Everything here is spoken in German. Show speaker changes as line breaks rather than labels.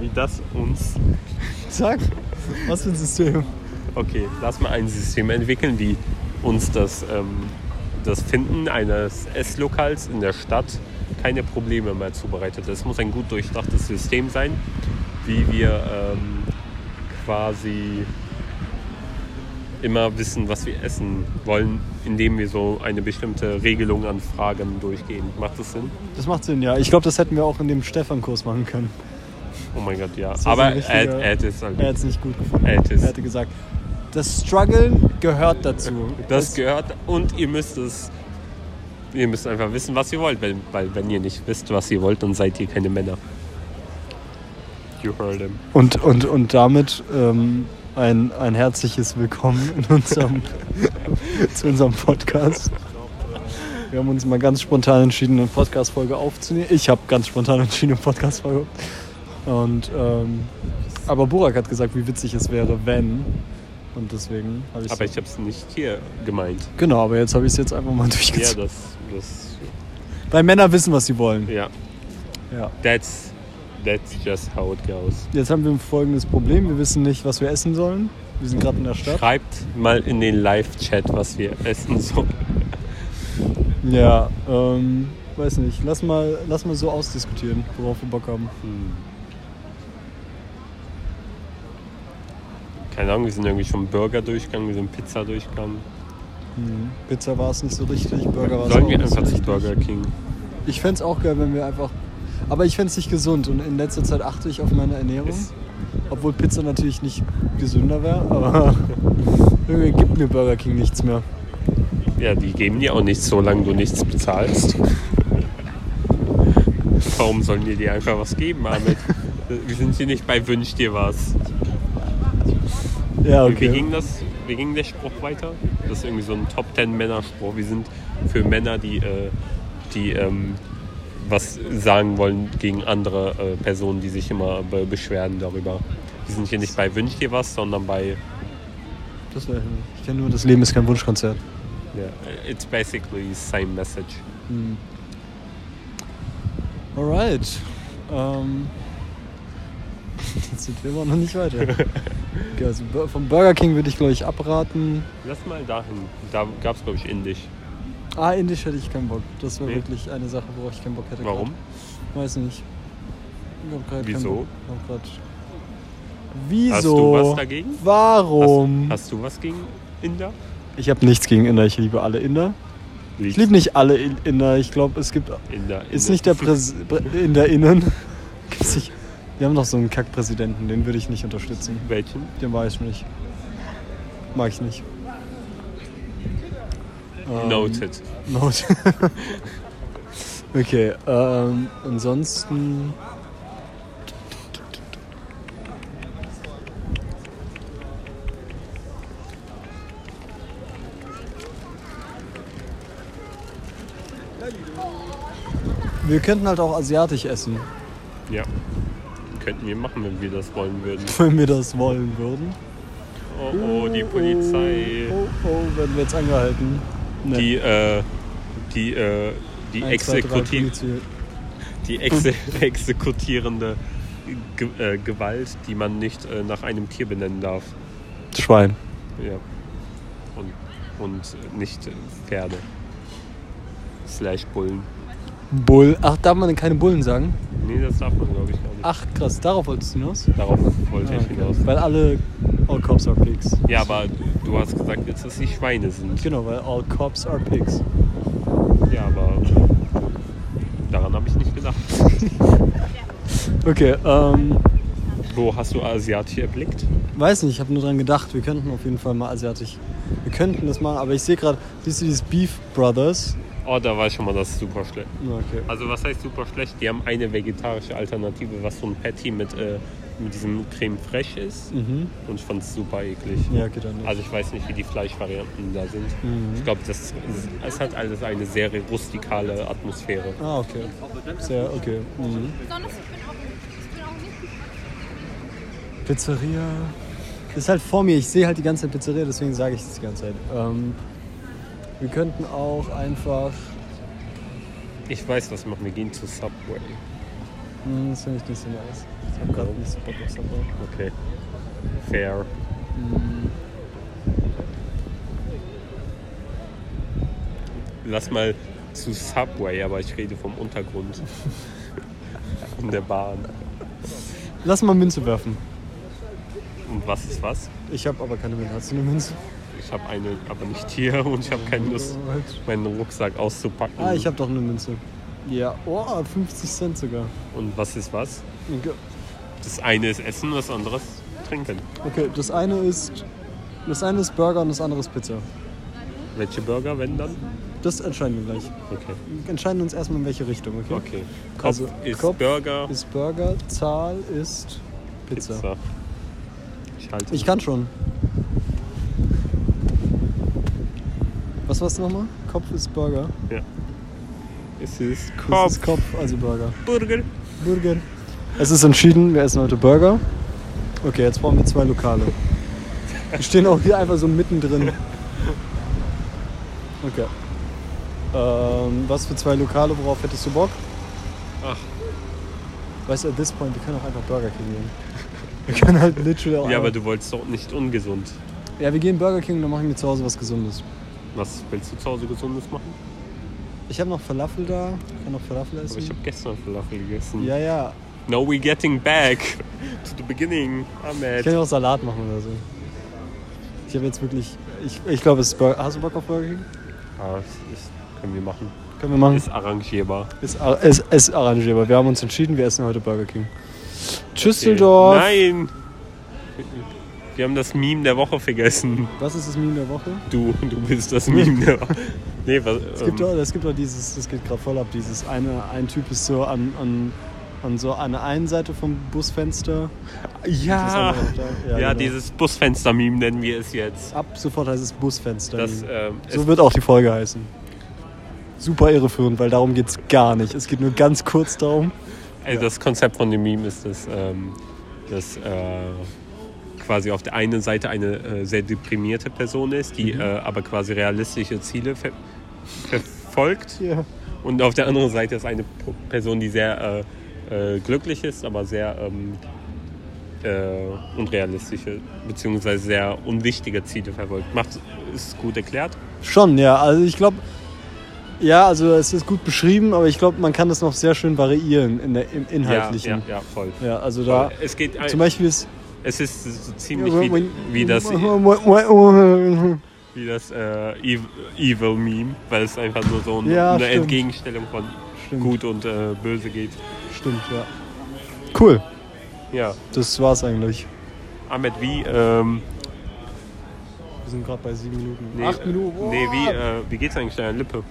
wie das uns.
Sag, was für ein System?
Okay, lass mal ein System entwickeln, wie uns das, ähm, das Finden eines Esslokals in der Stadt keine Probleme mehr zubereitet. Es muss ein gut durchdachtes System sein, wie wir ähm, quasi immer wissen, was wir essen wollen, indem wir so eine bestimmte Regelung an Fragen durchgehen. Macht das Sinn?
Das macht Sinn, ja. Ich glaube, das hätten wir auch in dem Stefan-Kurs machen können.
Oh mein Gott, ja.
Das war so
Aber
ein
er,
richtiger-
er hätte es halt
Er hat es nicht gut gefunden.
Er hätte es-
Er hätte gesagt, das Struggeln gehört dazu.
das
Es-
gehört und ihr müsst es. Ihr müsst einfach wissen, was ihr wollt, weil, weil wenn ihr nicht wisst, was ihr wollt, dann seid ihr keine Männer. You heard him.
Und, und, und damit ähm, ein, ein herzliches Willkommen in unserem, zu unserem Podcast. Wir haben uns mal ganz spontan entschieden, eine Podcast-Folge aufzunehmen. Ich habe ganz spontan entschieden, eine Podcast-Folge. Und, ähm, aber Burak hat gesagt, wie witzig es wäre, wenn. Und deswegen habe ich
Aber ich habe es nicht hier gemeint.
Genau, aber jetzt habe ich es jetzt einfach mal
Ja,
durchgezogen.
das, das,
Weil Männer wissen, was sie wollen.
ja.
Ja.
That's, that's just how it goes.
Jetzt haben wir folgendes Problem. Wir wissen nicht, was wir essen sollen. Wir sind gerade in der Stadt.
Schreibt mal in den Live-Chat, was wir essen sollen.
Ja, ähm, weiß nicht. Lass mal, lass mal so ausdiskutieren, worauf wir Bock haben.
Keine Ahnung, wir sind irgendwie schon Burger durchgegangen, wir sind Pizza durchgegangen.
Hm. Pizza war es nicht so richtig, Burger war es
Sollen
auch
wir
nicht so
einfach zu
richtig.
Burger King?
Ich fänd's auch geil, wenn wir einfach... Aber ich fänd's nicht gesund und in letzter Zeit achte ich auf meine Ernährung.
Ist-
Obwohl Pizza natürlich nicht gesünder wäre, aber irgendwie gibt mir Burger King nichts mehr.
Ja, die geben dir auch nichts, solange du nichts bezahlst. Warum sollen die dir einfach was geben, Ahmed? Wir sind hier nicht bei Wünsch dir was.
Ja,
Wie,
okay.
ging das, wie ging der Spruch weiter? Das ist irgendwie so ein Top 10 Männerspruch. Wir sind für Männer, die, äh, die ähm, was sagen wollen gegen andere äh, Personen, die sich immer be beschweren darüber. Wir sind hier nicht bei Wünsch dir was, sondern bei
Das wär, ich kenne nur, das Leben ist kein Wunschkonzert.
yeah, It's basically same message.
Hm. Alright. Ähm, jetzt sind wir immer noch nicht weiter. Okay, also Bur- vom Burger King würde ich, glaube ich, abraten.
Lass mal dahin. Da gab es, glaube ich, Indisch.
Ah, Indisch hätte ich keinen Bock. Das wäre
Nee.
wirklich eine Sache, worauf ich keinen Bock hätte.
Warum?
grad. Weiß nicht. Ich hab grad keinen
Wieso?
Bock. Ich hab grad-
Hast du
Wieso?
was dagegen?
Warum?
Hast, hast du was gegen Inder?
ich habe nichts gegen Inder. Ich liebe alle Inder. Ich liebe nicht alle I- Inder. Ich glaube, es gibt
Inder.
Ist
Inder.
nicht der Präs Prä- in der Innen. Gibt's nicht. Wir haben noch so einen Kackpräsidenten, den würde ich nicht unterstützen.
Welchen?
Den weiß ich nicht. Mag ich nicht. Ähm,
Noted.
Note. okay, ähm, ansonsten. Wir könnten halt auch asiatisch essen,
Ja. Könnten wir machen, wenn wir das wollen würden.
wenn wir das wollen würden.
Oh, oh die Polizei.
Oh, oh, oh, werden wir jetzt angehalten. Ne.
Die, äh, die, äh, die,
Eins, zwei, drei,
Exekutiv
Polizei.
die Exe exekutierende Ge äh, Gewalt, die man nicht äh, nach einem Tier benennen darf.
Schwein.
Ja. Und, und nicht äh, Pferde. Slash Bullen.
Bull. Ach, darf man denn keine Bullen sagen?
Nee, das darf man, glaube ich, gar nicht.
Ach, krass, darauf wolltest du hinaus?
Darauf wollte ich hinaus.
Weil alle All Cops are Pigs.
Ja, aber du hast gesagt, jetzt, dass die Schweine sind.
Genau, weil All Cops are Pigs.
Ja, aber daran habe ich nicht gedacht.
Okay, ähm,
Wo hast du Asiatisch erblickt?
weiß nicht, ich habe nur dran gedacht, wir könnten auf jeden Fall mal asiatisch. Wir könnten das machen, aber ich sehe gerade, siehst du dieses Beef Brothers?
Oh, da war schon mal das ist super schlecht.
Na, Okay.
Also was heißt super schlecht? Die haben eine vegetarische Alternative, was so ein Patty mit, äh, mit diesem Creme fraiche ist.
Mhm.
Und ich fand es super eklig.
Ja, geht dann nicht.
Also ich weiß nicht, wie die Fleischvarianten da sind.
Mhm.
Ich glaube, das, ist- es hat alles eine sehr rustikale Atmosphäre.
ah, okay. Sehr, okay. Mhm.
Besonders, ich bin auch, ich bin auch nicht.
Pizzeria. Ist halt vor mir, ich sehe halt die ganze Zeit Pizzeria, deswegen sage ich das die ganze Zeit. Ähm, wir könnten auch einfach.
Ich weiß, was wir machen. Wir gehen zu Subway.
Hm, das finde ich nicht so nice. Ich habe gerade nicht so Bock auf Subway.
Okay. Fair. Lass mal zu Subway, aber ich rede vom Untergrund. In der Bahn.
Lass mal Münze werfen.
Und was ist was?
Ich habe aber keine Münze. Hast du eine Münze?
Ich habe eine, aber nicht hier und ich habe keine Lust, meinen Rucksack auszupacken.
Ah, ich habe doch eine Münze. Ja, oh, 50 Cent sogar.
Und was ist was?
Okay.
Das eine ist Essen, das andere ist Trinken.
Okay, das eine ist. Das eine ist Burger und das andere ist Pizza.
Welche Burger, wenn dann?
Das entscheiden wir gleich.
Okay.
Wir entscheiden uns erstmal in welche Richtung, okay?
Okay. Kopf
Also,
ist
Kopf
Burger,
Ist Burger, Zahl ist Pizza.
Pizza. Ich halte.
Ich kann schon. Was war's nochmal? Kopf ist Burger.
Ja. Es ist
Das
Kopf.
ist Kopf, also Burger.
Burger.
Burger. Es ist entschieden, wir essen heute Burger. Okay, jetzt brauchen wir zwei Lokale. Die stehen auch hier einfach so mittendrin. Okay. Ähm, was für zwei Lokale, worauf hättest du Bock?
Ach.
Weißt du, at this point, wir können auch einfach Burger King gehen. Wir können halt literally auch
Ja, aber
einfach-
du wolltest doch nicht ungesund.
ja, wir gehen Burger King und dann machen wir zu Hause was Gesundes.
Was willst du zu Hause Gesundes machen?
Ich habe noch Falafel da. Ich kann noch Falafel
Aber ich
essen.
habe gestern Falafel gegessen.
Ja, ja.
Now we getting back to the beginning,
Ich kann
Ahmed.
ja auch Salat machen oder so. Ich habe jetzt wirklich. Ich, ich glaube, es ist Burger. Hast du Bock auf Burger King?
Ah, das ist, können wir machen.
Können wir machen.
Ist arrangierbar.
Ist, ar- es ist arrangierbar. Wir haben uns entschieden, wir essen heute Burger King.
Okay.
Tschüsseldorf.
Nein! Wir haben das Meme der Woche vergessen.
Was ist das Meme der Woche?
Du, du bist das Meme der Woche. Nee, was, ähm,
Es gibt, doch, es gibt doch dieses, das geht gerade voll ab, dieses eine, ein Typ ist so an, an, an so an der einen Seite vom Busfenster. Das
ja,
haben wir doch da.
ja,
genau.
dieses Busfenster-Meme nennen wir es jetzt.
Ab sofort heißt es Busfenster.
Das, ähm,
so
es-
wird auch die Folge heißen. Super irreführend, weil darum geht es gar nicht. Es geht nur ganz kurz darum.
Also das Konzept von dem Meme ist, dass, ähm, dass äh, quasi auf der einen Seite eine äh, sehr deprimierte Person ist,
Mhm.
die äh, aber quasi realistische Ziele ver verfolgt.
Ja.
Und auf der anderen Seite ist eine P- Person, die sehr äh, äh, glücklich ist, aber sehr ähm, äh, unrealistische beziehungsweise sehr unwichtige Ziele verfolgt. Macht, ist gut erklärt.
Schon, ja. Also ich glaube, ja, also es ist gut beschrieben, aber ich glaube, man kann das noch sehr schön variieren in der, im
Ja,
Inhaltlichen.
ja, ja voll.
ja. also da.
es geht, ein-
Zum Beispiel ist.
es ist so ziemlich wie, wie das. wie das äh, Ev- Evil Meme, weil es einfach nur so ein,
Ja,
eine
stimmt.
Entgegenstellung von
Stimmt.
gut und äh, böse geht.
Stimmt, ja. Cool,
Ja,
das war's eigentlich.
Ahmed, wie, ähm,
Wir sind gerade bei sieben Minuten.
nee,
Acht Minuten.
nee, wie, äh, wie geht's eigentlich deiner Lippe?